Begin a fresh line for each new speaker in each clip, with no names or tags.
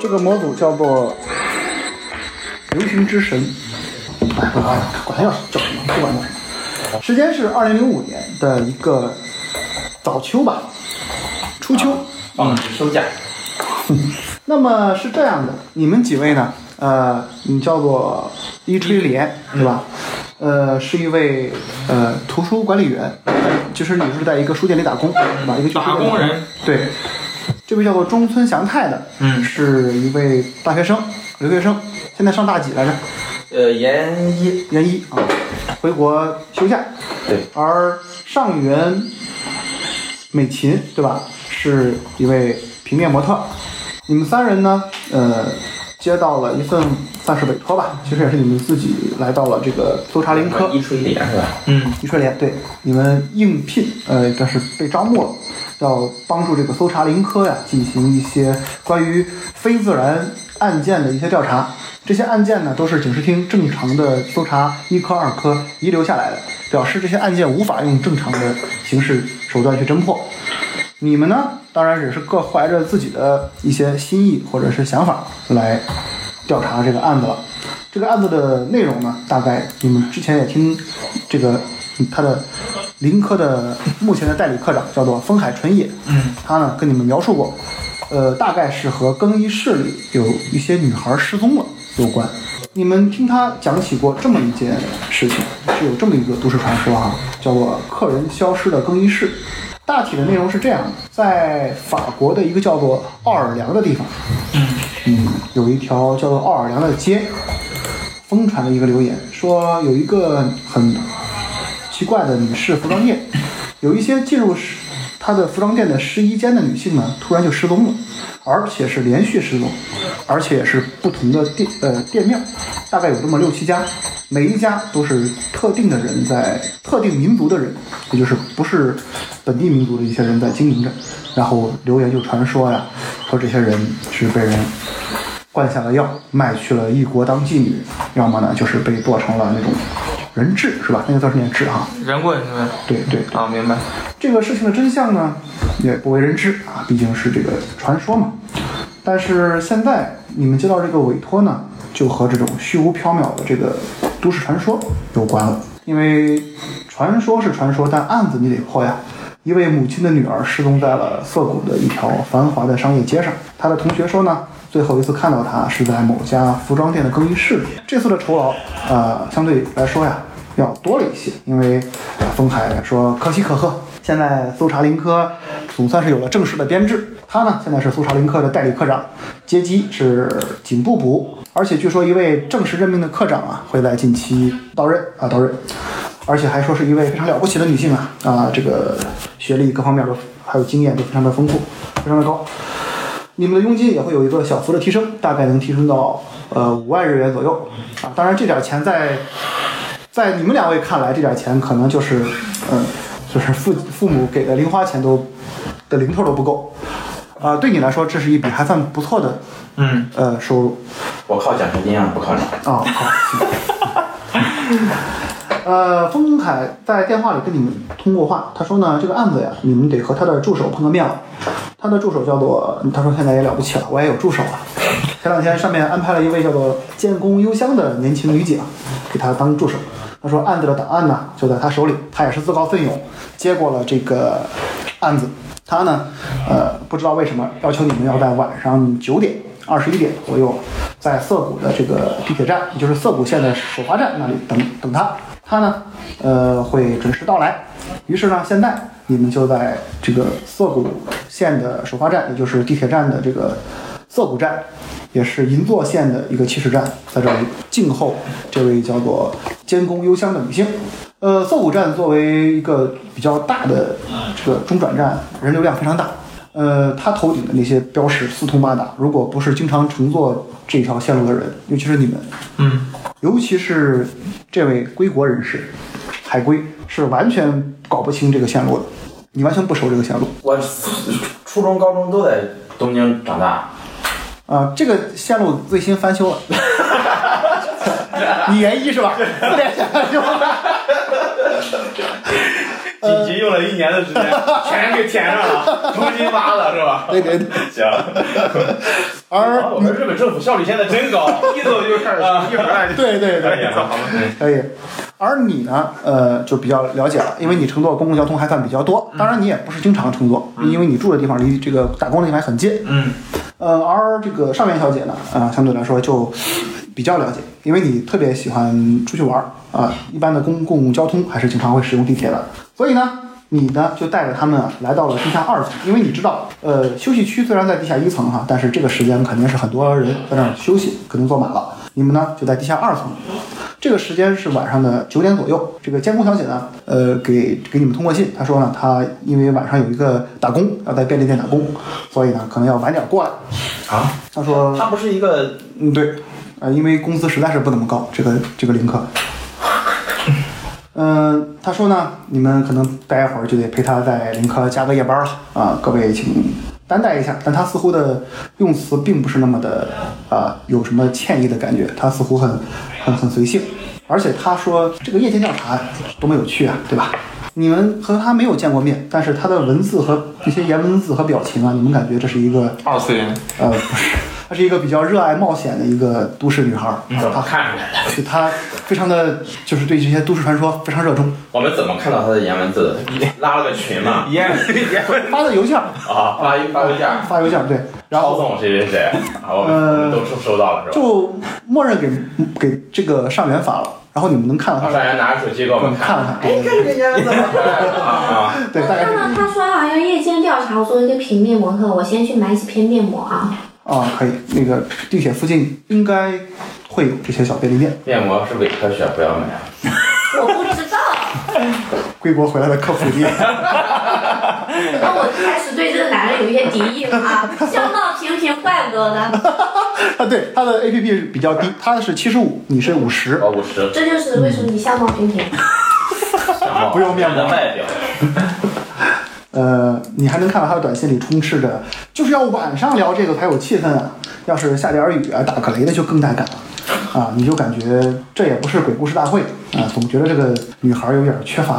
这个模组叫做流行之神。哎，不管了，管它叫叫什么，不管叫什么。时间是二零零五年的一个早秋吧，初秋。
放是休假，
那么是这样的，你们几位呢？呃，你叫做伊吹莲，
嗯
对吧？呃，是一位呃图书管理员，其实你是在一个书店里打工，对吧？一个去书店
打工人。
对，这位叫做中村祥太的，
嗯
是一位大学生，留学生，现在上大几来着？
呃，研一，
研一啊，回国休假。
对，
而上原美琴对吧，是一位平面模特。你们三人呢，呃，接到了一份算是委托吧，其实也是你们自己来到了这个搜查林科
一吹脸是吧？嗯，
一说联对，你们应聘，呃，但是被招募了，要帮助这个搜查林科呀，进行一些关于非自然案件的一些调查。这些案件呢，都是警视厅正常的搜查一科、二科遗留下来的，表示这些案件无法用正常的刑事手段去侦破。 你们呢，当然也是各怀着自己的一些心意或者是想法来调查这个案子了。这个案子的内容呢，大概你们之前也听这个他的林科的目前的代理科长叫做丰海纯也，
嗯，
他呢跟你们描述过，呃，大概是和更衣室里有一些女孩失踪了有关。你们听他讲起过这么一件事情，是有这么一个都市传说啊，叫做“客人消失的更衣室”。大体的内容是这样的：在法国的一个叫做奥尔良的地方，嗯，有一条叫做奥尔良的街，疯传的一个留言，说有一个很奇怪的女士服装店，有一些进入试她的服装店的试衣间的女性呢，突然就失踪了，而且是连续失踪，而且是不同的店呃店面，大概有这么六七家，每一家都是特定的人在特定民族的人，也就是不是本地民族的一些人在经营着，然后留言就传说呀，说这些人是被人灌下了药，卖去了异国当妓女，要么呢就是被剁成了那种人质，是吧？那个字儿是念质哈。
人棍是吧？
对对，
啊，明白。
这个事情的真相呢，也不为人知啊，毕竟是这个传说嘛。但是现在你们接到这个委托呢，就和这种虚无缥缈的这个都市传说有关了。因为传说是传说，但案子你得破呀。一位母亲的女儿失踪在了涩谷的一条繁华的商业街上。她的同学说呢，最后一次看到她是在某家服装店的更衣室里。这次的酬劳，呃，相对来说呀，要多了一些，因为呃丰海说可喜可贺，现在搜查林科总算是有了正式的编制。他呢，现在是搜查林科的代理科长，阶级是警部补，而且据说一位正式任命的科长啊，会在近期到任啊到任，而且还说是一位非常了不起的女性啊啊，这个学历各方面都还有经验都非常的丰富，非常的高。你们的佣金也会有一个小幅的提升，大概能提升到呃五万日元左右啊。当然，这点钱在在你们两位看来，这点钱可能就是，嗯，就是父父母给的零花钱都的零头都不够，啊、对你来说，这是一笔还算不错的
嗯，
呃收入
我靠奖学金啊，不靠啥。
啊。好， 呃，丰凯在电话里跟你们通过话，他说呢，这个案子呀，你们得和他的助手碰个面了。他的助手叫做，他说现在也了不起了，我也有助手啊。前两天上面安排了一位叫做建工幽香的年轻女警，给他当助手。他说案子的档案呢就在他手里，他也是自告奋勇接过了这个案子。他呢，呃，不知道为什么要求你们要在晚上九点、二十一点左右，在涩谷的这个地铁站，也就是涩谷线的首发站那里等等他。他呢，呃，会准时到来。于是呢，现在你们就在这个涩谷线的首发站，也就是地铁站的这个涩谷站，也是银座线的一个起始站，在这里静候这位叫做监工幽香的女性。呃，涩谷站作为一个比较大的这个中转站，人流量非常大。呃，它头顶的那些标识四通八达，如果不是经常乘坐这条线路的人，尤其是你们，
嗯，
尤其是这位归国人士，海归是完全搞不清这个线路的，你完全不熟这个线路
我初中、高中都在东京长大，
啊、这个线路最新翻修了， 你研一是吧？四年前翻修 了。
仅仅用了一年的 时间，全给填上了，重新挖了是吧？
对对对，
行，
而
哦
哇我们日本政府效率现在真高，
一走就开始，
啊
一会儿哎就
对对
哎
对，
呀，好了，
可以。而你呢，呃，就比较了解了，因为你乘坐公共交通还算比较多。当然，你也不是经常乘坐，因为你住的地方离这个打工的地方还很近。
嗯
呃，而这个上面小姐呢，啊、相对来说就比较了解，因为你特别喜欢出去玩儿啊、一般的公共交通还是经常会使用地铁的，所以呢。你呢，就带着他们啊，来到了地下二层，因为你知道，呃，休息区虽然在地下一层哈，但是这个时间肯定是很多人在那儿休息，肯定坐满了。你们呢，就在地下二层，这个时间是晚上的九点左右。这个监工小姐呢，呃，给给你们通过信，她说呢，她因为晚上有一个打工，要在便利店打工，所以呢，可能要晚点过来。他说
他不是一个，
嗯，对，呃，因为工资实在是不怎么高，这个这个林克。嗯、他说呢，你们可能待一会儿就得陪他在林克加个夜班了啊、各位请担待一下。但他似乎的用词并不是那么的啊、有什么歉意的感觉，他似乎很很很随性，而且他说这个夜间调查多么有趣啊，对吧？你们和他没有见过面，但是他的文字和那些颜文字和表情啊，你们感觉这是一个
二次元，
呃，不是，她是一个比较热爱冒险的一个都市女孩儿，啊
怎么
她
看出来的？
就她非常的就是对这些都市传说非常热衷，
我们怎么看到他的颜文字的？拉了个群嘛，
烟烟
发的邮件儿，
啊，发一发邮件，
发邮件儿对，然
抄
后
送谁谁谁，啊，我们
呃
我们都收收到了是吧？
就默认给给这个上元发了，然后你们能看到她
上
的，
来拿着手机给我
我
们
们看
看，
了看，对
这个样子吗？
啊
对，
我
大概是
看到他说好像夜间调查，我作为一个平面模特，我先去买几片面膜啊。
啊，可以，那个地铁附近应该会有这些小便利店，
面膜是伪科学，不要买。啊
我不知道，
归国回来的客服店。
那我就开始对这个男人有一些敌意了啊，相貌平平，怪不得的。
啊，对，它的 A P P 比较低，它是七十五，你是五十，
我五十，
这就是为什么你相貌平平。
不用面膜
的外表，
呃，你还能看到他的短信里充斥着，就是要晚上聊这个才有气氛啊。要是下点儿雨啊，打个雷的就更带感了啊！你就感觉这也不是鬼故事大会啊，总觉得这个女孩有点缺乏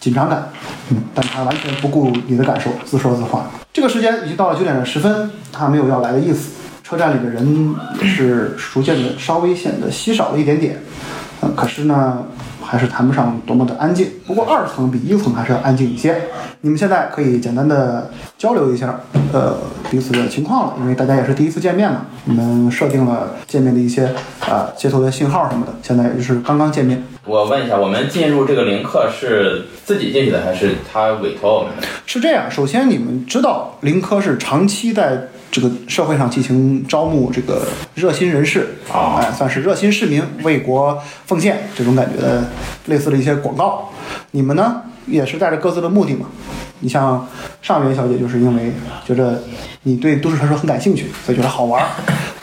紧张感。嗯，但她完全不顾你的感受，自说自话。这个时间已经到了九点十分，她没有要来的意思。车站里的人也是逐渐的稍微显得稀少了一点点，呃，可是呢，还是谈不上多么的安静。不过二层比一层还是要安静一些。你们现在可以简单的交流一下，呃，彼此的情况了，因为大家也是第一次见面嘛。你们设定了见面的一些啊、呃、接头的信号什么的，现在就是刚刚见面。
我问一下，我们进入这个零课是自己进去的，还是他委托我们的？
是这样，首先你们知道林科是长期在这个社会上进行招募这个热心人士
啊
哎，算是热心市民为国奉献这种感觉的类似的一些广告。你们呢也是带着各自的目的嘛。你像上元小姐，就是因为觉得你对都市传说很感兴趣，所以觉得好玩儿。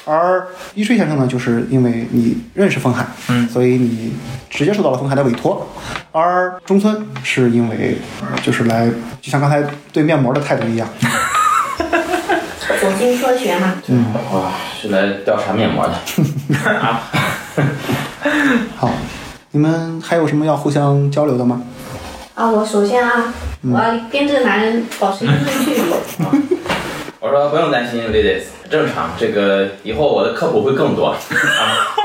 而一吹先生呢，就是因为你认识风海，嗯，所以你直接受到了风海的委托。而中村是因为就是来，就像刚才对面膜的态度一样，
走进科学嘛，
嗯
哇，是来调查面膜的。
好，你们还有什么要互相交流的吗？
啊，我首先啊，我要跟这个男人保持一定的距离。
我说不用担心，ladies，正常。这个以后我的科普会更多啊，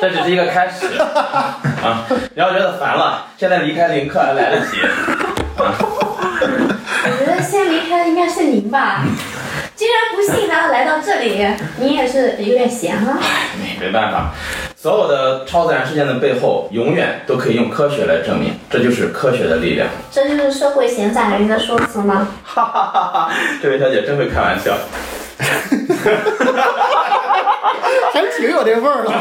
这只是一个开 始啊。你要觉得烦了，现在离开零课还来得及。
我觉得先离开的应该是您吧。既然不幸还要来到这里，你也是有点闲啊。
没办法，所有的超自然事件的背后，永远都可以用科学来证明，这就是科学的力量。
这就是社会闲散人的说辞吗？
哈哈哈哈！这位小姐真会开玩笑。
还挺有这味儿的。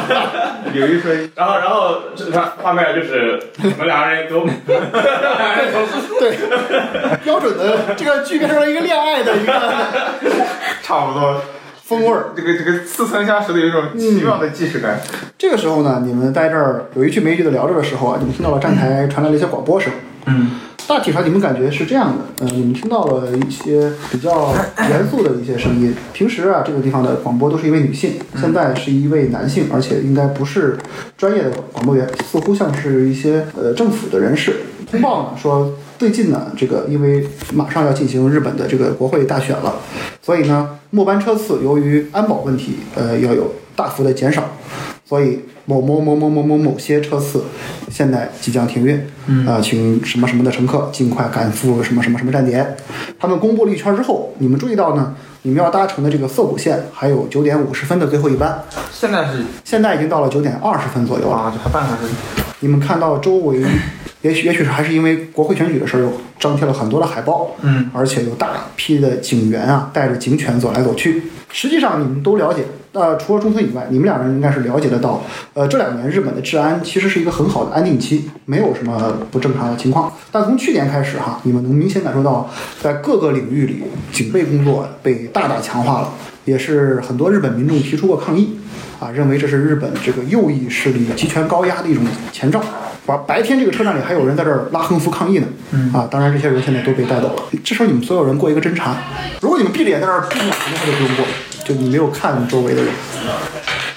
有一说一，
然后然后这看画面就是我们俩人都，
对，标准的这个剧变成了一个恋爱的一个
差不多。
风味儿。
这个这个似曾相识的有一种奇妙的既视感。
这个时候呢，你们在这儿有一句没一句的聊着的时候啊，你们听到了站台传来了一些广播声。
嗯，
大体上你们感觉是这样的，嗯、你们听到了一些比较严肃的一些声音。平时啊，这个地方的广播都是一位女性，
嗯
现在是一位男性，而且应该不是专业的广播员，似乎像是一些呃政府的人士。通报呢说，最近呢，这个因为马上要进行日本的这个国会大选了，所以呢，末班车次由于安保问题，呃，要有大幅的减少，所以某某某某某某某些车次现在即将停运，啊、请什么什么的乘客尽快赶赴什么什么什么站点。他们公布了一圈之后，你们注意到呢，你们要搭乘的这个涩谷线还有九点五十分的最后一班，
现在是
现在已经到了九点二十分左右了。
啊，就还半个小时。
你们看到周围，也许也许是还是因为国会选举的事儿，有张贴了很多的海报，嗯，而且有大批的警员啊，带着警犬走来走去。实际上，你们都了解，呃，除了中村以外，你们两人应该是了解得到，呃，这两年日本的治安其实是一个很好的安定期，没有什么不正常的情况。但从去年开始哈，你们能明显感受到，在各个领域里，警备工作被大大强化了，也是很多日本民众提出过抗议。啊，认为这是日本这个右翼势力集权高压的一种前兆。把白天这个车站里还有人在这儿拉横幅抗议呢，
嗯
啊，当然这些人现在都被带走了。这时候你们所有人过一个侦查，如果你们闭着眼在那儿闭眼睛，那就不用过了，就你没有看周围的人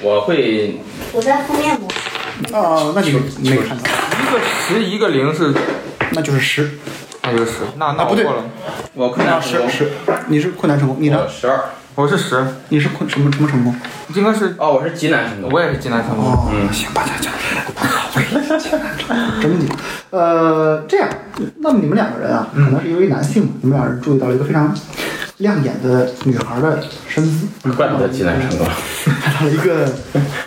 我会
我在敷面膜。
啊，那你没看到，
一个十一个零是，
那就是十
那就是十，那那
啊不
我
对
过了，
我困难成
十
功，
十，你是困难成功，你呢
我？十二。
我是十，
你是困什么什么成功？
应该是
哦，我是极难成功。
我也是进来成功。
哦，行吧，这这，真的，呃，这样，那么你们两个人啊，
嗯
可能是因为男性嘛，你们两人注意到了一个非常亮眼的女孩的身啊姿，
嗯怪不得极难成功。
看到了一个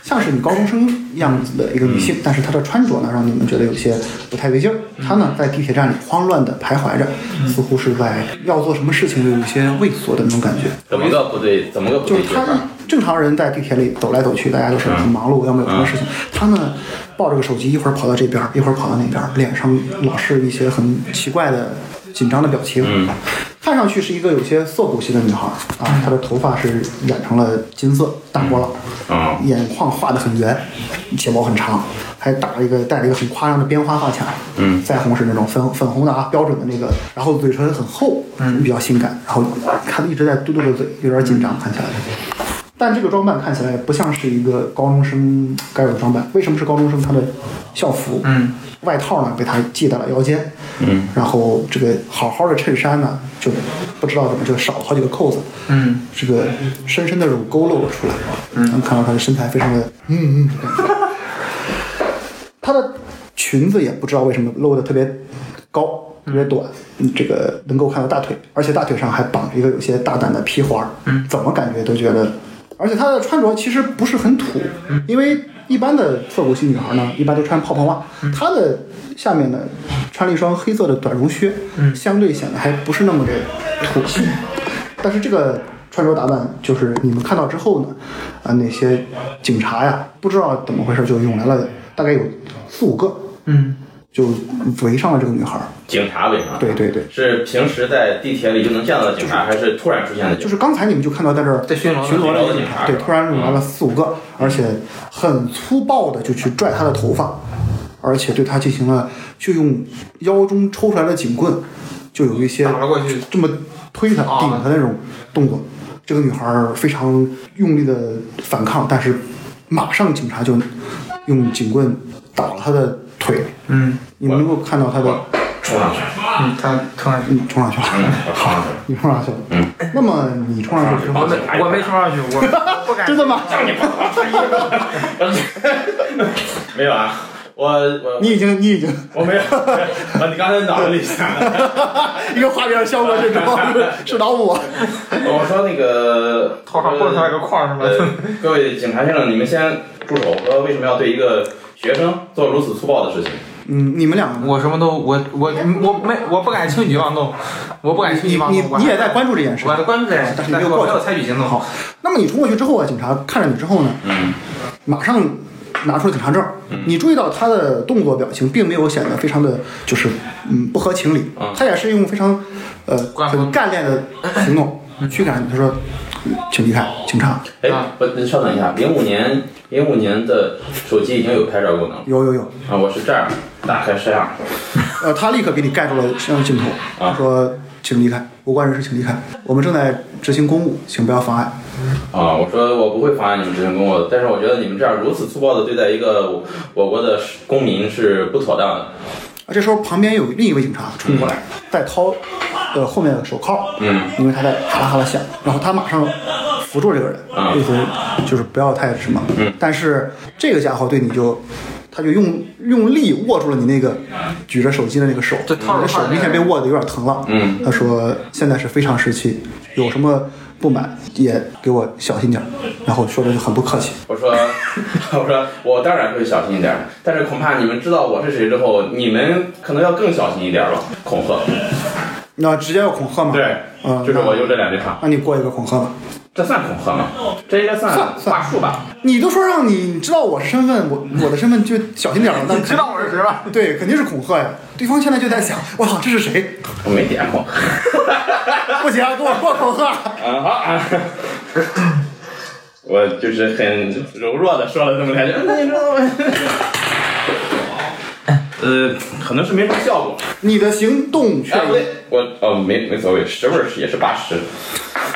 像是你高中生样子的一个女性，但是她的穿着呢，让你们觉得有些不太对劲儿。她呢，在地铁站里慌乱地徘徊着，似乎是在要做什么事情，有一些畏缩的那种感觉。
怎么个不对？怎么个不
就
对
是
劲
他
法？
正常人在地铁里走来走去，大家都是很忙碌，要么有什么事情，他呢抱着个手机，一会儿跑到这边儿，一会儿跑到那边儿，脸上老是一些很奇怪的紧张的表情。看上去是一个有些涩谷系的女孩儿啊，她的头发是染成了金色大波浪，
嗯
眼眶画得很圆，睫毛很长，还打了一个戴了一个很夸张的编花发卡，嗯，腮红是那种粉粉红的啊，标准的那个，然后嘴唇很厚，嗯，比较性感，然后看一直在嘟嘟着嘴，有点紧张，看起来。但这个装扮看起来不像是一个高中生该有的装扮。为什么是高中生？他的校服，嗯，外套呢被他系在了腰间，嗯，然后这个好好的衬衫呢，就不知道怎么就少了好几个扣子，嗯，这个深深的乳沟露了出来，嗯，能看到他的身材非常的，嗯嗯，她的裙子也不知道为什么露的特别高，特别短，嗯这个能够看到大腿，而且大腿上还绑着一个有些大胆的披环儿，怎么感觉都觉得。而且她的穿着其实不是很土，因为一般的涩谷系女孩呢，一般都穿泡泡袜，她的下面呢穿了一双黑色的短绒靴，相对显得还不是那么的土气。但是这个穿着打扮，就是你们看到之后呢，啊、那些警察呀，不知道怎么回事就涌来了，大概有四五个，嗯，就围上了这个女孩儿。
警察为啥？
对对对，
是平时在地铁里就能见到的警察，还是突然出现的警
就
察？
是刚才你们就看到在这儿
在巡逻的
巡逻
时候
的警察，对，
是吧
突然涌来了四五个，而且很粗暴的就去拽她的头发，而且对她进行了就用腰中抽出来的警棍，就有一些
打了过去
这么推她、
啊
顶她那种动作。这个女孩儿非常用力的反抗，但是马上警察就用警棍打了她的腿。嗯，你们能够看到她的，
冲上去，
啊
嗯，他冲上去，
嗯，冲上去了，
我冲上去。
你冲上去了。嗯，那么你冲上去之后
我，没我没冲上去， 我不敢。
哎真的吗？
没有啊，我我
你已经，你已经。
我没有， 我你刚才脑子里想的。
一个画面效果是脑是脑补。
我说那个
头上蹦出来个框是
呃
吧？，
各位警察先生，你们先住手。我说为什么要对一个学生做如此粗暴的事情？
嗯，你们两个，
我什么都我我嗯我没我不敢轻举妄动，我不敢轻
你
举妄
你
动。我
你
还
也在关注这件事
我。的关注点，
但
但
是你
是
没有
我没
过
有
去
采取行动。
好，那么你冲过去之后啊，警察看着你之后呢，
嗯，
马上拿出了警察证。你注意到他的动作表情，并没有显得非常的就是嗯不合情理，他也是用非常呃
官方
很干练的行动驱赶你。他说：“请离开，警察。
哎
啊，
不，你稍等一下，零五年零五年的手机已经有拍照功能了”
有有有，
啊，我是这样打开摄像，
呃，他立刻给你盖住了摄像镜头，他说：“请离开，无关人士，请离开。我们正在执行公务，请不要妨碍。”
啊，我说我不会妨碍你们执行公务，但是我觉得你们这样如此粗暴的对待一个我我国的公民是不妥当的。
啊，这时候旁边有另一位警察冲过来，在掏的后面的手铐，
嗯，
因为他在哈啦哈啦响，然后他马上扶住这个人，
嗯
意思就是不要太什么，嗯，但是这个家伙对你就。他就用用力握住了你那个举着手机的那个手，
对套着
你的手
套着
明显被握的有点疼了。
嗯，
他说现在是非常时期，有什么不满也给我小心点儿，然后说的就很不客气。
我说， 我说，我当然会小心一点儿，但是恐怕你们知道我是谁之后，你们可能要更小心一点儿吧。恐吓，
那直接要恐吓吗？
对，
嗯，
就是
那
我用这两句话，
那你过一个恐吓吧。
这算恐吓吗？这应该 算
算
话术吧？
你都说让你知道我是身份，我我的身份就小心点了。那
知道我是 谁吧？
对，肯定是恐吓呀。对方现在就在想，我操，这是谁？
我没点过。
不行，给我过恐吓。
嗯，好啊。我就是很柔弱的说了这么两句，那你知道吗？ 呃，可能是没什么效果。
你的行动却
哎，不对，我哦，没没所谓，十味儿是也是八十。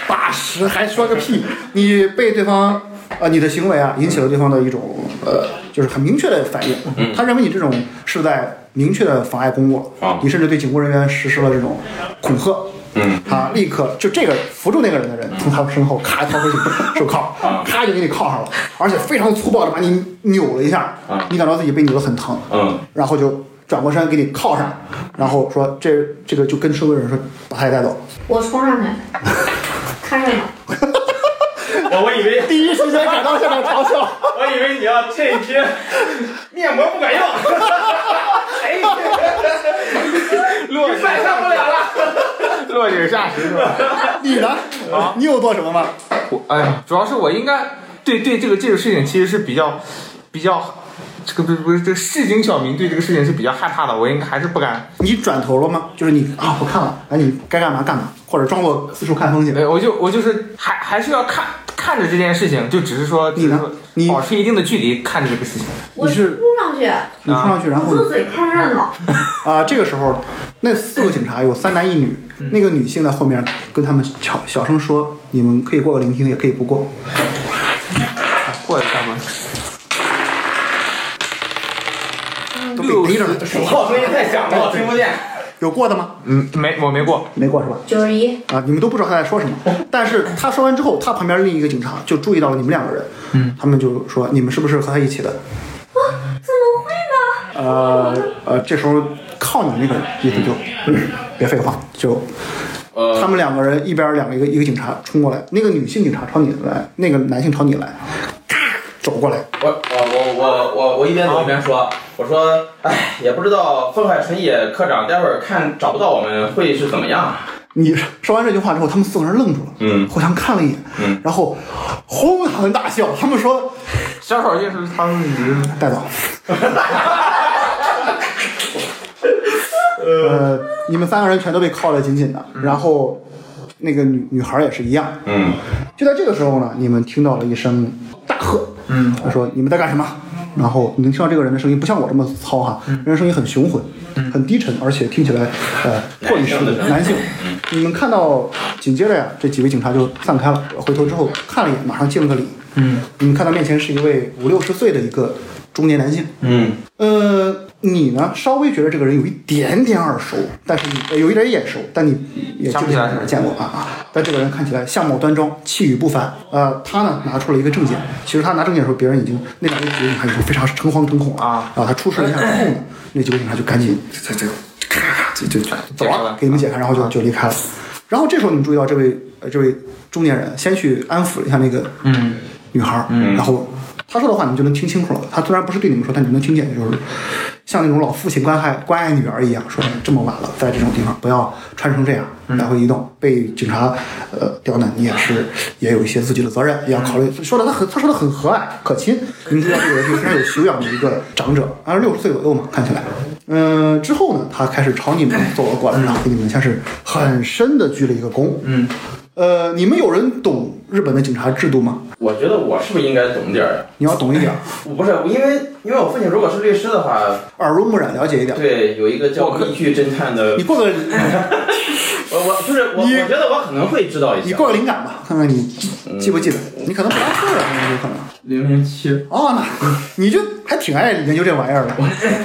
八十，还说个屁！你被对方呃，你的行为啊，引起了对方的一种呃，就是很明确的反应。他认为你这种是在明确的妨碍公务
啊
你甚至对警务人员实施了这种恐吓。嗯，他立刻就这个扶住那个人的人从他身后咔掏出手手铐，咔就给你铐上了，而且非常粗暴的把你扭了一下，你感到自己被扭得很疼，
嗯，
然后就转过身给你铐上，然后说这这个就跟周围人说把他也带走，
我冲上 去，看着呢。
我我以为
第一时间赶到现场嘲笑。
我以为你要这一句，面膜不管用，哎，你犯上不了了。
落井下石是吧？
你呢？
啊
你有做什么吗？
我哎呀，主要是我应该对对这个这个事情其实是比较比较。这个不是不是这个市井小民对这个事情是比较害怕的，我应该还是不敢。
你转头了吗？就是你啊，我看了，哎，你该干嘛干嘛，或者装作四处看风景。
没有，我就我就是还还是要看看着这件事情，就只是说，
你呢
只是说
你
保持一定的距离看着这个事情。
我
你
冲
是
上去，
你冲上去，然后
捂
你
住嘴看热闹。
嗯
啊、这个时候，那四个警察有三男一女，
嗯
那个女性在后面跟他们小小声说：“你们可以过个聆听，也可以不过。
啊过一下吗？”
都被逮着了，
我靠，声音太响了，我听不见。
有过的吗？
嗯，没，我没过。
没过是吧？
九十一，
啊，你们都不知道他在说 什么。但是他说完之后，他旁边另一个警察就注意到了你们两个人，嗯，他们就说：“你们是不是和他一起的？”
怎么会呢？
呃呃，这时候靠你那个人意思就、嗯别废话，就、
呃
他们两个人一边儿两个一个一个警察冲过来，那个女性警察朝你来，那个男性朝你来，咔走过来，
我我我我我我一边走一边说，我说，哎，也不知道凤海纯野科长待会儿看找不到我们会是怎么样。啊
你说完这句话之后，他们四个人愣住了，
嗯
互相看了一眼，
嗯，
然后哄堂大笑，他们说
小丑就是他们女
带走。 呃，你们三个人全都被铐得紧紧的，然后那个女女孩儿也是一样，
嗯，
就在这个时候呢，你们听到了一声大喝，嗯，他说你们在干什么？然后你能听到这个人的声音，不像我这么糙哈，
嗯
人的声音很雄浑，很低沉，而且听起来呃破译式的男性。
嗯
你们看到紧接着呀，这几位警察就散开了，回头之后看了一眼，马上敬了个礼。嗯，你们看到面前是一位五六十岁的一个中年男性。
嗯，
呃，你呢稍微觉得这个人有一点点耳熟，但是你、呃有一点眼熟，但你也记
想
不
不
起
起
来
来
哪儿见过啊啊！但这个人看起来相貌端庄，气宇不凡。呃，他呢拿出了一个证件，其实他拿证件的时候，别人已经那两个警察已经非常诚惶诚恐了
啊
然后他出示了一下之后呢，那几个警察就赶紧哎哎这这咔咔就就就走
解开
了
了，啊
给你们解开，然后就就离开了。然后这时候你们注意到这位呃这位中年人先去安抚了一下那个嗯女孩儿，然后他说的话你们就能听清楚了。他虽然不是对你们说，但你们能听见，就是像那种老父亲关爱关爱女儿一样，说
嗯
这么晚了，在这种地方不要穿成这样来回移动，被警察呃刁难，你也是也有一些自己的责任，也要考虑。
嗯
说的他很他说的很和蔼可亲，你们知道这个人是非常有修养的一个长者，啊六十岁左右嘛，看起来。嗯，之后呢，他开始朝你们走了过来，然后
嗯
给你们像是很深的鞠了一个躬。嗯，呃，你们有人懂日本的警察制度吗？
我觉得我是不是应该懂点儿？
你要 懂一点儿，
我不是，因为因为我父亲如果是律师的话，
耳濡目染，了解一点儿。
对，有一个叫密剧侦探的
你， 过个
我我就是我，我
你
觉得我可能会知道一
你
些。
过个灵感吧，看看你记记不记得。你可能不搭事儿了，有可能。
嗯零零七，
哦，那你就还挺爱研究这玩意儿的，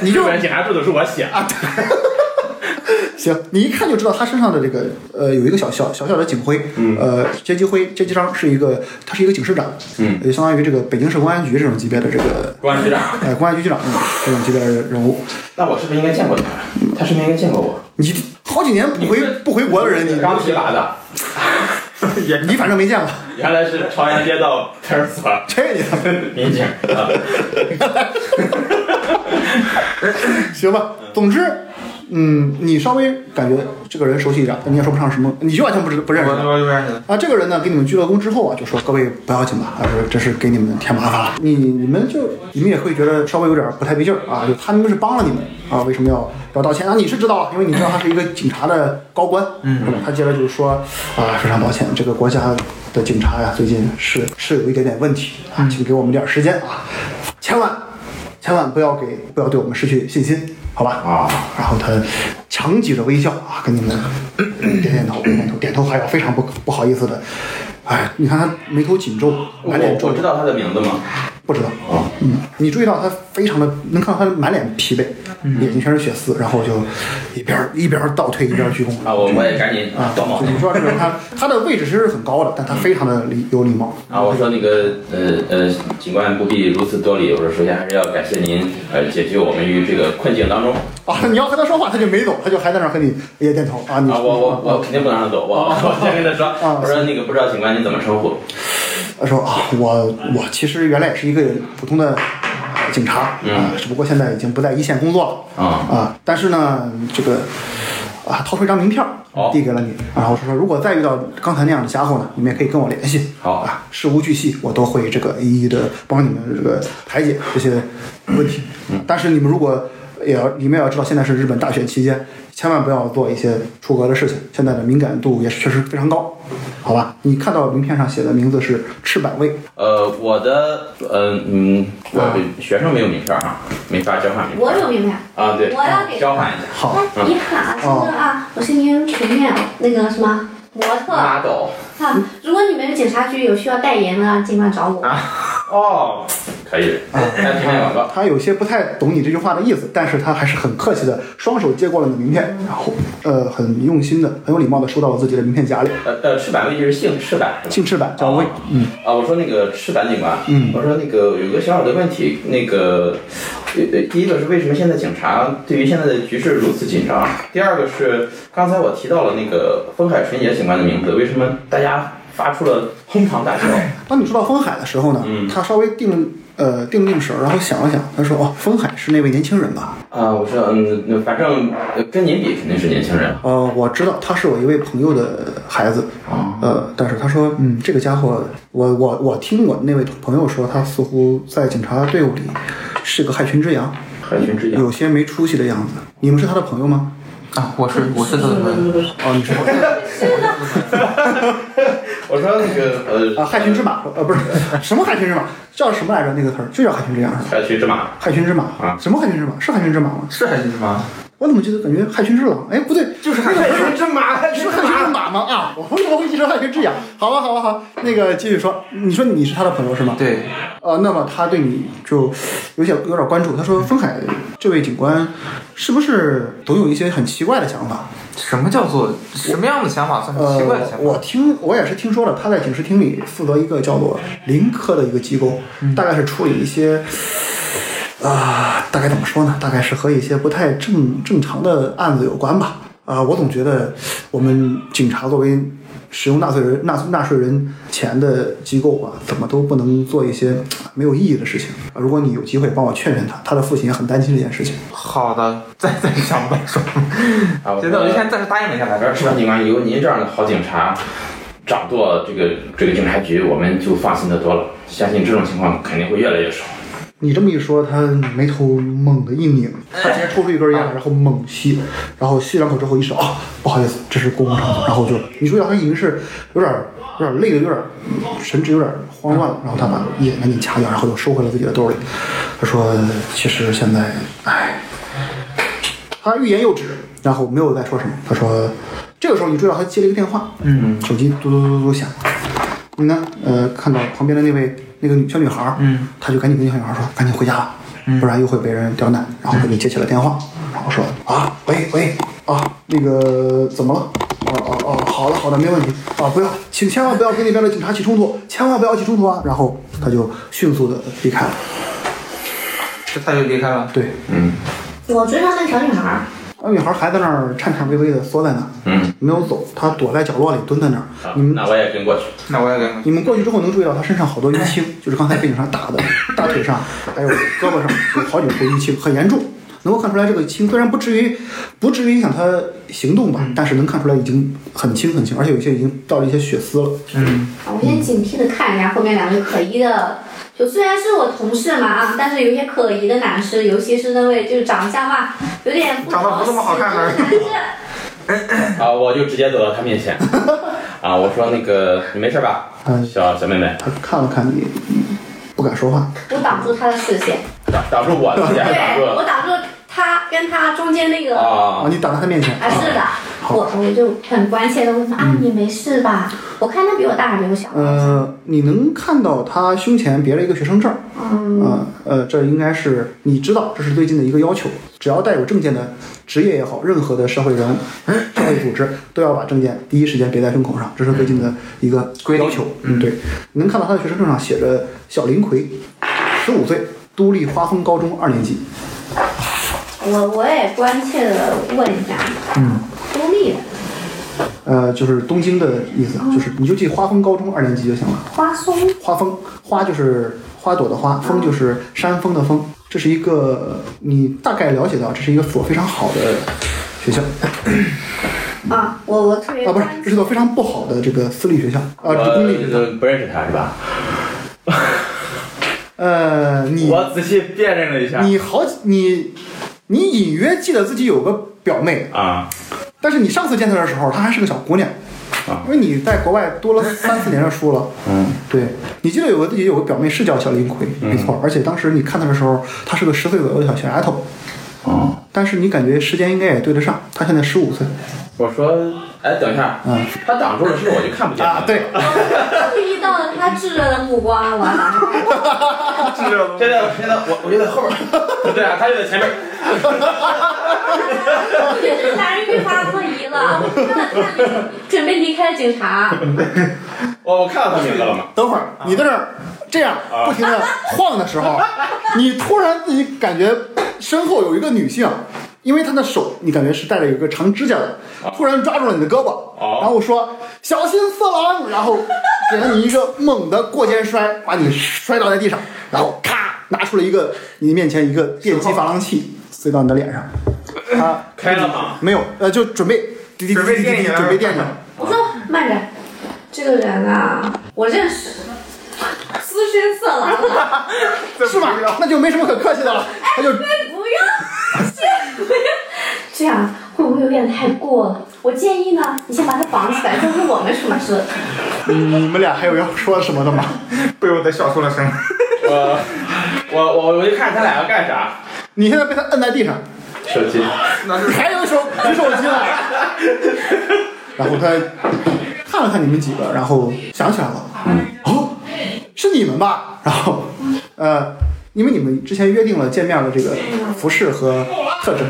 你就
日本警察制度是我写的，
啊，对行，你一看就知道他身上的这个呃有一个小小小小的警徽，呃阶级徽阶级章是一个，他是一个警视长，嗯，也相当于这个北京市公安局这种级别的这个
公安局长，
呃公安局局长这种这种级别的人物，
那我是不是应该见过他？他是不是应该见过我？
你好几年不回不回国的人，你
刚提拔的，
你反正没见过，
原来是朝阳街道派出所
这你
民警啊。
行吧，总之。嗯，你稍微感觉这个人熟悉一点，但你也说不上什么，你就完全不知不认识
我
他。
我就认识了。
啊，这个人呢，给你们鞠了躬之后啊，就说各位不要紧吧，啊，这是给你们添麻烦了。你你们就你们也会觉得稍微有点不太对劲儿啊，就他们是帮了你们啊，为什么要要道歉啊？你是知道了，因为你知道他是一个警察的高官，嗯，他接着就是说啊，非常抱歉，这个国家的警察呀、最近是是有一点点问题啊，请给我们点儿时间啊，千万千万不要给不要对我们失去信心，好吧？啊，然后他强挤着微笑啊，跟你们点点头，点点头，点头还要非常不不好意思的，哎，你看他眉头紧皱，
我
满脸皱
我
纹
知，道他的名字吗？
不知道啊，嗯，你注意到他非常的，能看到他满脸疲惫，眼睛全是血丝，然后就一边一边倒退一边鞠躬
啊，我我也赶紧
啊，
帮忙
就。你知道这个人他他的位置其实是很高的，但他非常的礼有礼貌
啊，我说那个呃呃，警官不必如此多礼。我说，首先还是要感谢您，呃，解救我们于这个困境当中。
啊，你要和他说话他就没走，他就还在那儿和你也点头啊，你
啊，我我我肯定不能让他走，我我先跟他说，
啊
我说那个不知道警官您怎么称呼？
他说啊，我我其实原来也是一个普通的呃警察啊、只不过现在已经不在一线工作了
嗯啊
但是呢，这个啊，掏出一张名片儿
哦
递给了你，然后说如果再遇到刚才那样的家伙呢，你们也可以跟我联系。
好
啊，事无巨细，我都会这个一一的帮你们这个排解这些问题。但是你们如果也要，你们也要知道，现在是日本大选期间，千万不要做一些出格的事情。现在的敏感度也是确实非常高，好吧？你看到名片上写的名字是赤坂卫，
呃，我的呃嗯，我的学生没有名片啊，没法交换名
我
片
有明白。
啊，对
我要，给
交换一下。
好，
哎你好，
嗯
先生啊，我是您前面那个什么模特
嗯
啊。
model
如果你们警察局有需要代言的，尽管找我。
啊
哦，
可以，来平面广告。
他有些不太懂你这句话的意思，但是他还是很客气的，双手接过了你的名片，然后呃很用心的、很有礼貌的收到了自己的名片夹里。
呃呃，赤坂卫就是姓赤坂是吧？
姓赤坂叫卫
哦，啊，我说那个赤坂警官，
嗯
我说那个有个小小的问题，那个，呃呃，第一个是为什么现在警察对于现在的局势如此紧张？第二个是刚才我提到了那个丰海纯也警官的名字，为什么大家发出了哄堂大笑？
当你说到丰海的时候呢，
嗯
他稍微定呃定定神儿，然后想了想，他说哦，丰海是那位年轻人吧？
啊、我说嗯，那反正呃跟您比肯定是年轻人，
呃，我知道他是我一位朋友的孩子，呃，但是他说，嗯，这个家伙，我我我听我那位朋友说，他似乎在警察队伍里是个害群之羊，
海军之
有些没出息的样子。你们是他的朋友吗？
啊，我是我是他的朋友，
哦， 你是我
我说那个呃，
啊，害群之马，呃，不是什么害群之马，叫什么来着？那个词儿就叫害群之羊是吧？
海军之马，
害群之马啊，什么害群之马？是害群之马吗？
是还是什么？
我怎么记得感觉害群之狼？哎，不对，就是害群之
这马
是害群之马吗？啊，我为什么会记成害群之羊？好吧，好吧，好，那个继续说，你说你是他的朋友是吗？
对，
呃，那么他对你就有点有点关注。他说：“丰海这位警官是不是总有一些很奇怪的想法？
什么叫做什么样的想法算是
呃
奇怪的想，法？
我听我也是听说了，他在警视厅里负责一个叫做林科的一个机构，
嗯
大概是处理一些啊、大概怎么说呢？大概是和一些不太正正常的案子有关吧。啊、我总觉得我们警察作为使用纳税人纳纳税人钱的机构啊，怎么都不能做一些呃没有意义的事情。啊如果你有机会帮我劝劝他，他的父亲也很担心这件事情。
好的，再再想吧，说。
啊，我
现在我
说
就先暂时答应了一下来
反正赤坂警官有您这样的好警察掌舵这个这个警察局，我们就放心的多了。相信这种情况肯定会越来越少。
你这么一说，他眉头猛地一拧，他直接抽出一根烟，然后猛吸，然后吸两口之后意识到啊，不好意思，这是公共场所，然后就你注意到他已经是有点儿有点儿累的，有点儿神志有点儿慌乱了，然后他把烟赶紧掐掉，然后又收回了自己的兜里。他说：“其实现在，唉，他欲言又止，然后没有再说什么。他说，这个时候你注意到他接了一个电话，嗯，手机嘟嘟嘟嘟嘟响。你呢？呃，看到旁边的那位那个女小女孩，嗯，他就赶紧跟小女孩说，赶紧回家吧，不然又会被人刁难。然后他就接起了电话，然后说啊，喂喂，啊，那个怎么了？哦哦哦，好的好的，没问题啊，不要，请千万不要跟那边的警察起冲突，千万不要起冲突啊！然后他就迅速的离开了。
这他就离开了。
对，
嗯
我追上那条女孩儿，
那女孩还在那儿颤颤巍巍的缩在那儿，
嗯，
没有走，她躲在角落里蹲在那儿。
啊
你们
那我也跟过去。
那我也跟
你们过去之后能注意到她身上好多淤青，就是刚才被警察打的， 大腿上还有胳膊上有好几处淤青，很严重。能够看出来，这个青虽然不至于不至于影响她行动吧，但是能看出来已经很轻很轻，而且有些已经到了一些血丝了。
嗯，
啊我先警惕的看一下后面两个可疑的，就虽然是我同事嘛啊，但是有些可疑的男士，尤其是那位就是长相嘛，有点
长得不那么好看的
的
人
男士，
啊，我就直接走到他面前，啊，我说那个你没事吧，
嗯
小小妹妹，
她看了看你，不敢说话。
我挡住他的视线，
挡挡住我的视线，挡住
对
了
我挡住他跟他中间那个，
啊，
啊，
你挡在她面前。
啊是的，
好嗯
我我就很关切的问他啊，你没事吧？我看他比我大还比我小，
呃，你能看到他胸前别了一个学生证儿，嗯，呃，这应该是你知道，这是最近的一个要求，只要带有证件的职业也好，任何的社会人 物、社会组织都要把证件第一时间别在胸口上，这是最近的一个要求。嗯，对，你能看到他的学生证上写着小林奎，十五岁，都立花峰高中二年级。
我我也关切的问一下，
嗯，
孤立的
呃，就是东京的意思，啊就是你就记花峰高中二年级就行了。
花松
花风，花就是花朵的花，风就是山峰的风。这是一个你大概了解到，这是一个所非常好的学校
啊，我我特别
啊，不是
关，
这是所非常不好的这个私立学校啊，
我
这个公立学校。
呃不认识他是吧？
呃，你
我仔细辨认了一下，
你好几，你你隐约记得自己有个表妹，
啊，
但是你上次见她的时候，她还是个小姑娘
啊，
因为你在国外读了三四年的书了。
嗯，
对，你记得有个自己有个表妹是叫小林奎，没错，而且当时你看她的时候，她是个十岁左右的小小丫头。
哦，
但是你感觉时间应该也对得上，他现在十五岁
我说，哎，等一下，
嗯
他挡住了，是不是我就看不见
啊，
了
对，
注意到了他炙热的目光，完了，
现在现在我我就在后边儿， 对啊，他就在前面儿，
这男人越发多疑了，我看了看，准备离开警察，
我我看到他名字了吗？
等会儿你在这儿这样不 停的晃的时候，你突然自己感觉身后有一个女性，因为她的手你感觉是带着有一个长指甲的，突然抓住了你的胳膊，然后说小心色狼，然后给了你一个猛的过肩摔，把你摔倒在地上，然后咔拿出了一个你面前一个电击发廊器塞到你的脸上，他
开了啊吗？
没有呃就准备滴滴滴滴滴准备电你。
我说慢着，这个人啊，我认识，资深色狼，
是吧？那就没什么可客气的了，他就
不要，先不要， 这样会不会有点太过了？我建议呢，你先把他绑起来，这是我们什么事？
嗯你们俩还有要说什么的吗？
被我的笑出了声。
我我我我就看他俩要干啥，
你现在被他摁在地上，
手机，
那
你
是
还有手举手机呢。 然后他看了看你们几个，然后想起来了，
嗯
哦，是你们吧？然后，呃，因为你们之前约定了见面的这个服饰和特征，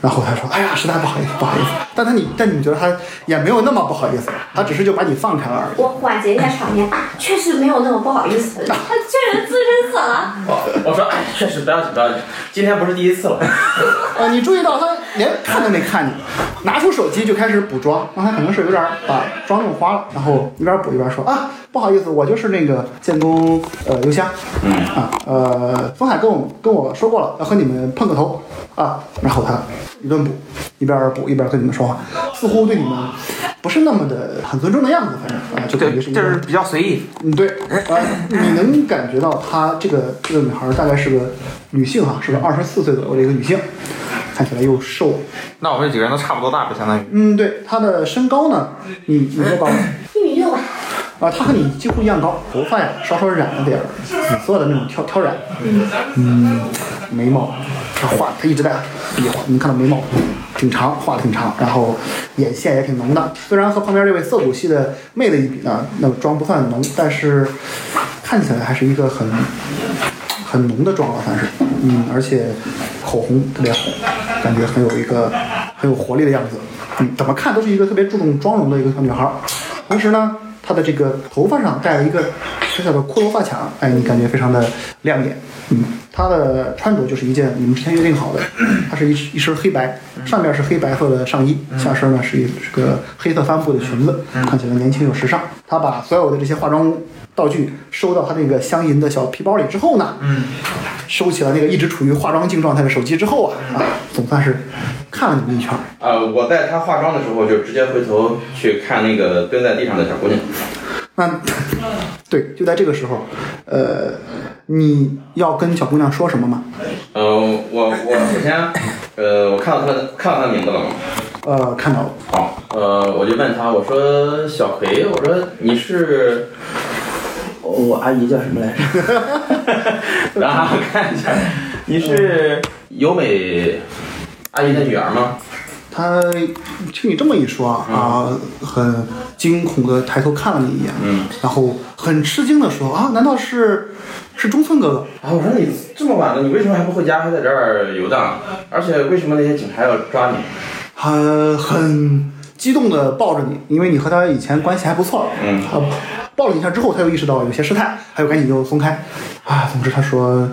然后他说，哎呀，实在不好意思，不好意思。但他你但你觉得他也没有那么不好意思，他只是就把你放开了而已。
我缓解一下场面啊，确实没有那么不好意思， 他确实资深色狼。
我我说，哎，确实不要紧不要紧，今天不是第一次了，
啊，你注意到他连看都没看你，拿出手机就开始补妆，那他可能是有点把妆弄花了，然后一边补一边说啊，不好意思，我就是那个建工呃邮箱，嗯啊呃，风海跟我跟我说过了，要和你们碰个头啊，然后他一顿补，一边补一边跟你们说话，似乎对你们不是那么的很尊重的样子，反正啊，就感觉
对，
是一个
就是比较随意。
嗯，对，呃，你能感觉到她这个这个女孩大概是个女性哈、是个二十四岁左右的一个女性，看起来又瘦。
那我们几个人都差不多大呗，相当于。
嗯，对，她的身高呢，你你多高？
一米六吧，
啊，她和你几乎一样高，头发呀稍稍染了点儿紫色的那种挑挑染，嗯，眉毛，她画她一直在比划，你看到眉毛挺长，画的挺长，然后眼线也挺浓的，虽然和旁边这位涩谷系的妹子一比呢，那么妆不算浓，但是看起来还是一个很很浓的妆了，算是，嗯，而且口红特别红，感觉很有一个很很有活力的样子，嗯，怎么看都是一个特别注重妆容的一个小女孩儿。同时呢，她的这个头发上戴了一个小小的骷髅发卡，哎，你感觉非常的亮眼，嗯，她的穿着就是一件你们之前约定好的，她是一一身黑白，上面是黑白色的上衣，下身呢是一这个黑色帆布的裙子，看起来年轻又时尚。她把所有的这些化妆道具收到她那个镶银的小皮包里之后呢，嗯，收起了那个一直处于化妆镜状态的手机之后啊，啊，总算是看了你们一圈儿。
呃，我在她化妆的时候就直接回头去看那个蹲在地上的小姑娘。
那 对，就在这个时候，呃，你要跟小姑娘说什么吗？
呃，我我首先，呃，我看到她的看到她的名字了吗？
呃，看到了，
好，呃，我就问她，我说小葵，我说你是，
我阿姨叫什么来着？
然后看一下，你是由美阿姨的女儿吗？
她听你这么一说啊，很惊恐的抬头看了你一眼，
嗯，
然后很吃惊的说啊，难道是是中村哥哥？
啊，我说你这么晚了，你为什么还不回家，还在这儿游荡？而且为什么那些警察要抓你？
他很激动的抱着你，因为你和他以前关系还不错。
嗯
他抱了你一下之后，他又意识到有些失态，他又赶紧又松开。啊，总之他说，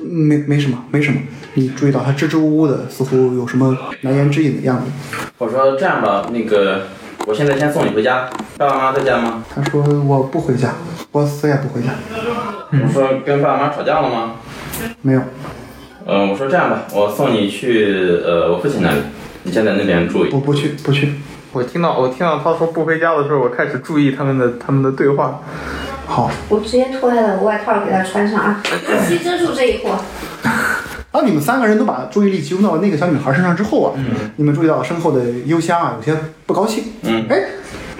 嗯没没什么，没什么。你注意到他支支吾吾的，似乎有什么难言之隐的样子。
我说这样吧，那个，我现在先送你回家。爸爸妈妈在家吗？
他说我不回家，我死也不回家。
我说跟爸妈吵架了吗？
没有，
呃，我说这样吧，我送你去呃我父亲那里，你先在那边住一。
不不去不去。
我听到我听到他说不回家的时候，我开始注意他们的他们的对话。
好
我直接脱下来我外套给他穿上啊，尤其遮住这一坨。
当你们三个人都把注意力集中到那个小女孩身上之后啊，你们注意到身后的幽香啊，有些不高兴。
嗯，
哎，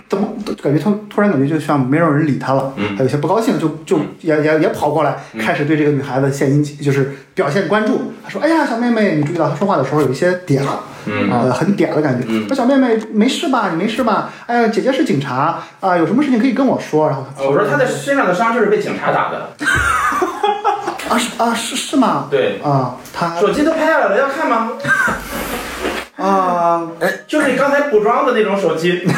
怎么感觉突突然感觉就像没有人理她了？
嗯
她有些不高兴，就就也也也跑过来，开始对这个女孩子献殷勤，就是表现关注。她说：“哎呀，小妹妹，你注意到她说话的时候有一些嗲。”
嗯
呃，很嗲的感觉。
嗯
说小妹妹没事吧？你没事吧？哎呀，姐姐是警察啊、有什么事情可以跟我说。然后她
呃我说他的身上的伤就是被警察打的，
啊是啊是是吗？
对，
啊，她
手机都拍下来了，要看吗？哎
啊，
就是你刚才补妆的那种手机。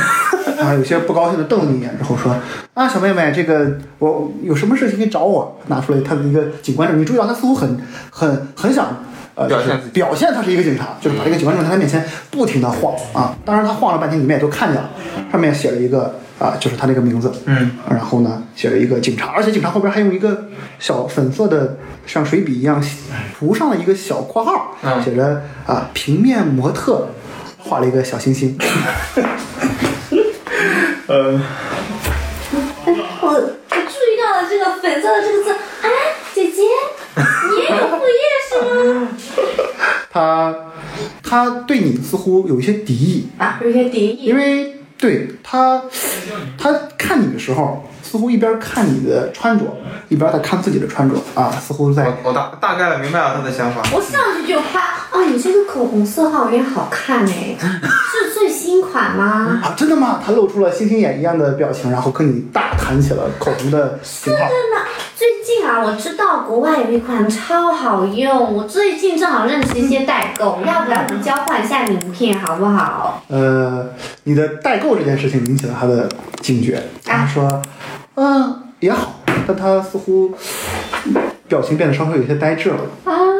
啊，有些不高兴的瞪了你一眼之后说：“啊，小妹妹，这个我有什么事情可以找我？”拿出来他的一个警官证，你注意到他似乎很很很想呃
表现
就是
自己嗯
表现他是一个警察，就是把这个警官证在他面前不停的晃啊。当然他晃了半天，你们也都看见了，上面写了一个啊，就是他那个名字，嗯，然后呢写了一个警察，而且警察后边还用一个小粉色的像水笔一样涂上了一个小括号，
嗯
写着啊平面模特，画了一个小星星。
我我注意到了这个粉色的这个字，啊，姐姐，你也有副业是吗？
他他对你似乎有一些敌意，
啊，有些敌意
因。为对他他看你的时候，似乎一边看你的穿着，一边在看自己的穿着啊，似乎在
我我大大概明白了他的想法。
我上去就夸，哦，你这个口红色号有点好看 哎，是最新款吗？
啊，真的吗？他露出了星星眼一样的表情，然后跟你大谈起了口红的型号。
最近啊，我知道国外有一款超好用，我最近正好认识一些代购，要不然我们交换一下名片好不好？
呃，你的代购这件事情引起了他的警觉，他说，嗯，也好，但他似乎表情变得稍稍有些呆滞了。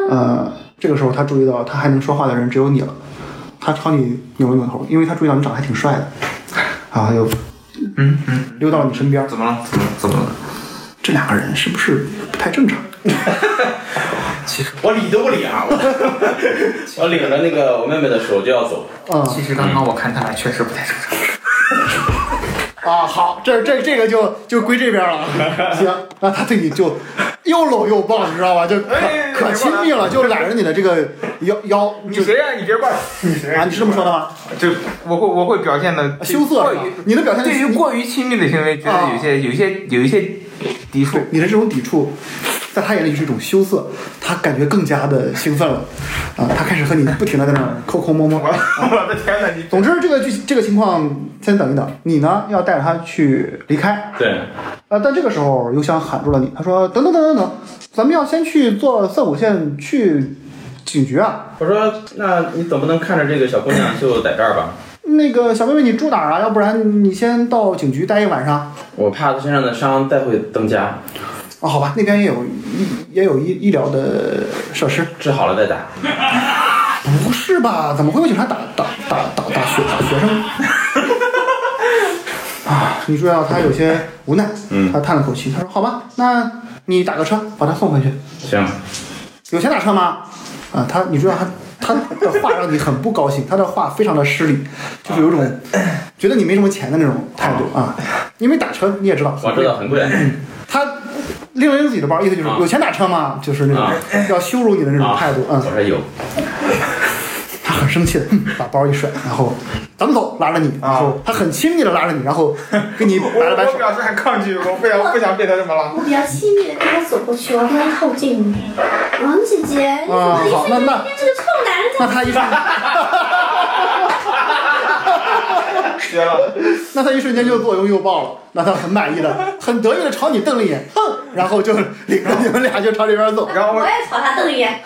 呃，这个时候他注意到他还能说话的人只有你了，他朝你扭了扭头，因为他注意到你长得还挺帅的，然后又，
啊嗯嗯，
溜到了你身边。
怎么了？怎么怎么了？
这两个人是不是不太正常？
我理都不理啊！我我领着那个我妹妹的手就要走，
嗯
其实刚刚我看他俩确实不太正常。
啊，好，这这这个就就归这边了。 行，那他对你就又搂又抱，你知道吧？就可
哎
可亲密了，就揽着你的这个腰腰，
你
就啊
谁呀、你别怪我，你谁呀、
啊，你是这么说的吗？
就我会我会表现的
啊羞涩
过
是吧啊
于，
你的表现
对于过于亲密的行为，觉得有些有一些有一些抵触。
你的这种抵触，在他眼里是一种羞涩，他感觉更加的兴奋了，啊，他开始和你不停的在那儿抠抠摸摸。
我的天哪，你
总之，这个剧这个情况先等一等，你呢要带着他去离开，
对，
啊，但这个时候邮箱喊住了你，他说：“等等等等等，咱们要先去坐涩谷线去警局啊，
我说，那你总不能看着这个小姑娘就在这儿吧？
那个小妹妹你住哪儿啊？要不然你先到警局待一晚上。
我怕她身上的伤带回邓家，
哦，好吧，那边也有医也有医医疗的设施。
治好了再打。
不是吧？怎么会有警察打打打打打学 打学生？啊，你注意到他有些无奈，他叹了口气，他说：“好吧，那你打个车把他送回去。
行，
有钱打车吗？”啊，他你注意到他他的话让你很不高兴，他的话非常的失礼，就是有
啊
种觉得你没什么钱的那种态度啊。因为打车你也知道，
我知道很贵。
他拎了拎自己的包，意思就是
啊
有钱打车吗？就是那种
啊
要羞辱你的那种
啊
态度，嗯。
我说有，
他很生气的 嗯把包一甩，然后咱们走，拉着
啊
你，然后他很亲密的拉着你，然后跟 你摆了摆
我
手。
表示很抗拒，我不想不想变成什么了。
我比较亲密的跟他走过去，我跟他哦靠近。王姐姐，你怎
啊
么一
好
瞬
那
间
那
变这个臭男人？
那他 一瞬，
绝了！
那他一瞬间就左拥右抱了，那他很满意的，很得意的朝你瞪了一眼，哼，然后就领着你们俩就朝这边走。
然后
我
我
也朝他瞪眼，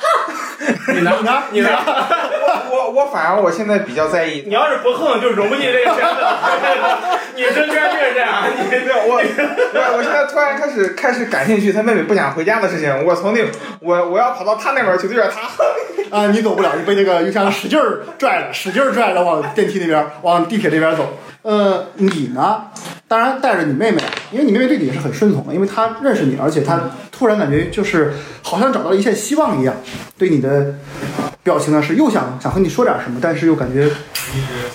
你拿
你呢？
你拿。
我我反而我现在比较在意，
你要是不横，就融不进这个圈子。 你身边就是这
啊
样，你
对我我我现在突然开始开始感兴趣他妹妹不想回家的事情。我从那我我要跑到他那边去对着他，
啊，你走不了，你被那个邮箱使劲儿拽了，使劲儿拽了，往电梯那边，往地铁那边走。呃，你呢？当然带着你妹妹，啊因为你妹妹对你也是很顺从的，因为她认识你，而且她突然感觉就是好像找到了一线希望一样，对你的表情呢是又想想和你说点什么，但是又感觉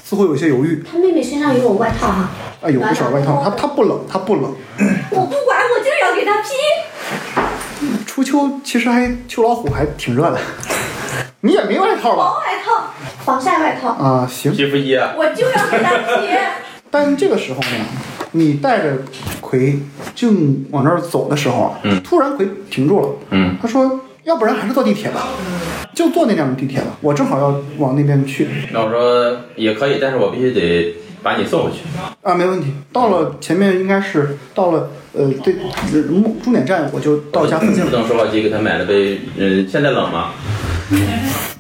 似乎有些犹豫。
他妹妹身上有我外套哈、
啊，有不少外套，她她不冷，她不冷。
我不管，我就是要给他披。
初秋其实还秋老虎还挺热的，你也没外套吧？
薄外套，防晒外套，
啊，行。
皮肤衣啊，
我就要给他披。
但这个时候呢，你带着葵正往那儿走的时候啊，
嗯
突然葵停住了，
嗯，
他说：“要不然还是坐地铁吧，就坐那辆地铁吧，我正好要往那边去
那我说也可以，但是我必须得把你送回去。
啊，没问题。到了前面应该是到了呃对呃目终点站，我就到家附近了，
不等说话机给她买了杯，嗯，现在冷吗？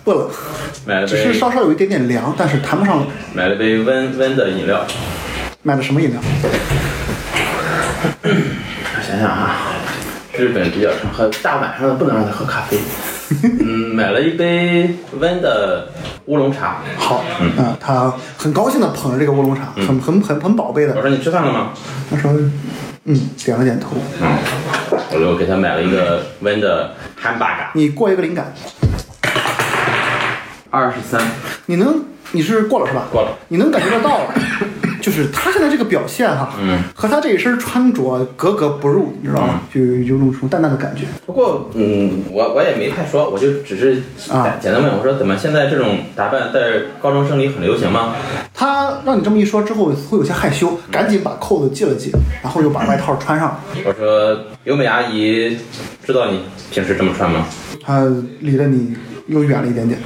不冷，
买了
只是
杯，
稍稍有一点点凉，但是谈不上冷。
买了杯温温的饮料。
买的什么饮料？
我想想啊，日本比较常喝，大晚上的不能让他喝咖 啡。嗯，买了一杯温的乌龙茶。
好，嗯、他很高兴的捧着这个乌龙茶，
嗯
很很很很宝贝
我
的，
说你吃饭了吗？
他说：“嗯，点了点头。”
我就给他买了一个温的汉巴嘎，
你过一个灵感。
二十三
你能，你是过了是吧？
过了。
你能感觉得到， 就是他现在这个表现哈，
嗯，
和他这一身穿着格格不入，你知道吗？就
嗯
有种种淡淡的感觉。
不过，嗯，我我也没太说，我就只是
啊
简简单问我说，怎么现在这种打扮在高中生里很流行吗？
他让你这么一说之后，会有些害羞，
嗯
赶紧把扣子系了系，然后又把外套穿上。
我说优美阿姨知道你平时这么穿吗？
他离得你又远了一点点，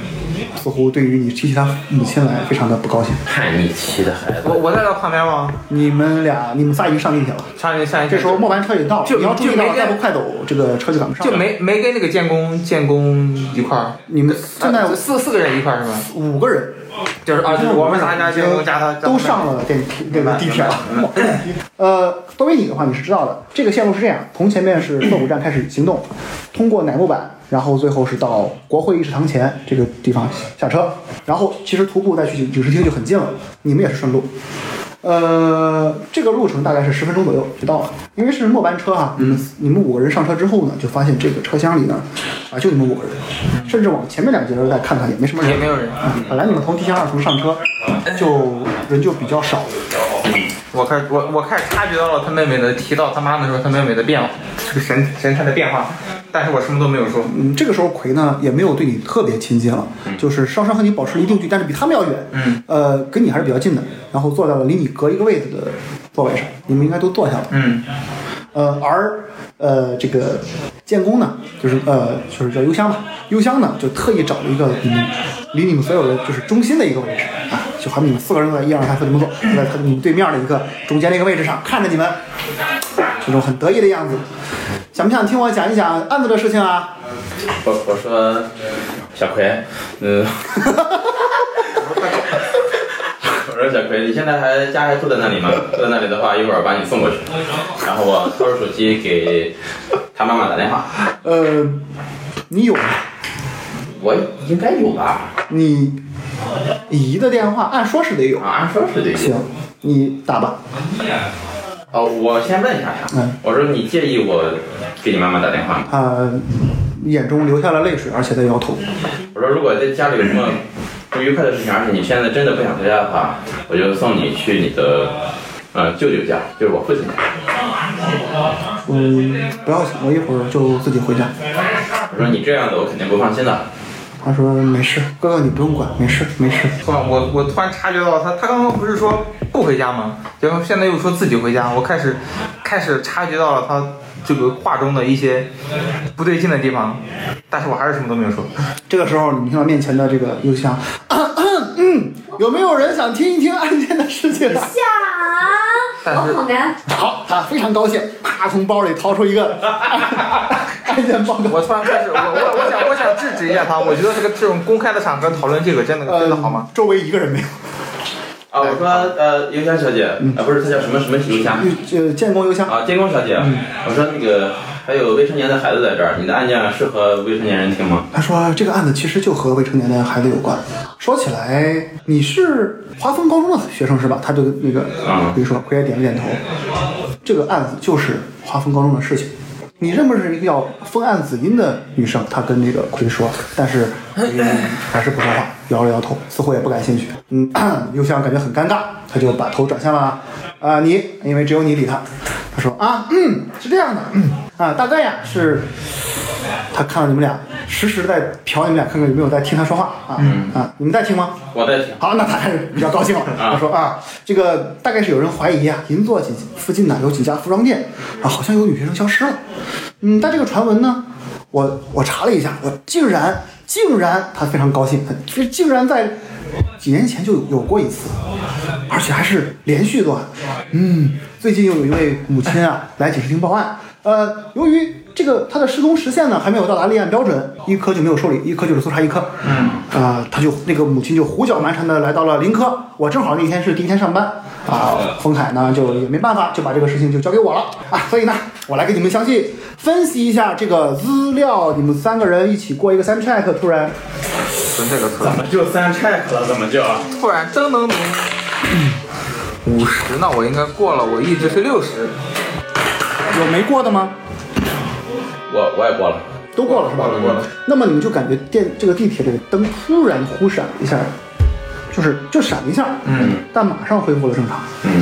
似乎对于你提起他母亲来，非常的不高兴。
叛逆期的孩子
我，我在他旁边吗？
你们俩，你们仨已经上地铁了。
上一下一
这时候末班车也到了，
就
你要注意
就
到
没
了，
跟
再不快走，这个车就赶不上了。
就没没跟那个建工建工一块儿，
你们现在
啊四四个人一块儿是吧？
五个人，
就是啊，就是我们仨加建工加他
都上了电梯，那个地铁了。 呃，多维你的话你是知道的，这个线路是这样：从前面是涩谷站开始行动，通过乃木坂，然后最后是到国会议事堂前这个地方下车，然后其实徒步再去警警视厅就很近了。你们也是顺路。呃，这个路程大概是十分钟左右就到了，因为是末班车哈、你们
嗯
你们五个人上车之后呢，就发现这个车厢里呢，啊，就你们五个人，甚至往前面两节再看看也没什么人，
也没有人。
啊本来你们从地下二层上车，就人就比较少。
我开我我开始察觉到了他妹妹的提到他妈的时候，他妹妹的变化，这个神神态的变化，但是我什么都没有说。
嗯，这个时候葵呢也没有对你特别亲近了，就是稍稍和你保持一定距离，但是比他们要远。
嗯，
呃，跟你还是比较近的，然后坐在了离你隔一个位子的座位上，你们应该都坐下了。
嗯，
呃，而呃这个建工呢，就是呃就是叫幽香吧，幽香呢就特意找了一个你们离你们所有人就是中心的一个位置啊，就好比你们四个人坐在一二三四你们坐，就在他你们对面的一个中间的一个位置上看着你们，这种很得意的啊样子。想不想听我讲一讲案子的事情啊？
我我说小葵，嗯， 我说小葵，你现在还家还住在那里吗？住在那里的话，一会儿我把你送过去。然后我掏出手机给他妈妈打电话，
呃，你有
我应该有吧？
你姨的电话，按说是得有
啊，。按说是得有
行。，你打吧。
哦，我先问一下他
嗯，
我说你介意我给你妈妈打电话吗？
啊，眼中流下了泪水，而且在摇头。
我说如果在家里有什么不愉快的事情，而且你现在真的不想回家的话，我就送你去你的呃舅舅家，就是我父亲家。
嗯，不要紧，我一会儿就自己回家。
我说你这样的我肯定不放心的。
他说没事，哥哥你不用管，没事没事。
突然我我突然察觉到他，他刚刚不是说不回家吗？然后现在又说自己回家，我开始开始察觉到了他这个话中的一些不对劲的地方，但是我还是什么都没有说。
这个时候，你听到面前的这个邮箱， 嗯，有没有人想听一听案件的事情啊？
想，我好难。
好，他非常高兴，啪从包里掏出一个 案件报告。
我突然开始，我我我想我想制止一下他，我觉得这个这种公开的场合讨论这个真的真的好吗？？
嗯周围一个人没有。
啊，我说呃，邮箱小姐，啊不是，她叫什么什么邮箱？
呃，建工邮箱，
啊，监工小姐，我说那个还有未成年的孩子在这儿，你的案件适合未成年人听吗？
他说这个案子其实就和未成年的孩子有关。说起来，你是华峰高中的学生是吧？他这个那个，
嗯
比如说，奎爷点了点头。这个案子就是华峰高中的事情。你认不认识一个叫风案子音的女生？她跟那个奎说，但是奎还是不说话，摇了摇头，似乎也不感兴趣。嗯， 邮箱感觉很尴尬，他就把头转向了啊、你，因为只有你理他。他说啊，嗯，是这样的，嗯啊，大概呀是他看到你们俩实时在瞟你们俩，看看有没有在听他说话啊、啊！你们在听吗？
我在听。
好，那他还是比较高兴了。他说啊，这个大概是有人怀疑啊，银座几附近呢有几家服装店啊，好像有女学生消失了。嗯，但这个传闻呢，我我查了一下，我竟然竟然他非常高兴，这竟然在几年前就有有过一次，而且还是连续作案。嗯，最近又有一位母亲啊来警视厅报案，呃，由于这个他的失踪时限呢还没有到达立案标准，一科就没有受理，一科就是搜查一科。嗯，啊，他就那个母亲就胡搅蛮缠的来到了林科，我正好那天是第一天上班啊，冯凯呢就也没办法，就把这个事情就交给我了啊，所以呢，我来给你们详细分析一下这个资料，你们三个人一起过一个 time check，突然。
存这个存
怎，么就三 check 了？怎么就？啊
突然噔噔噔，五十那我应该过了，我一直是六十，
有没过的吗？
我我也过了。
都过了是吧？
过了过了。
那么你们就感觉电这个地铁这个灯突然忽闪一下，就是就闪一下，嗯，但马上恢复了正常。
嗯，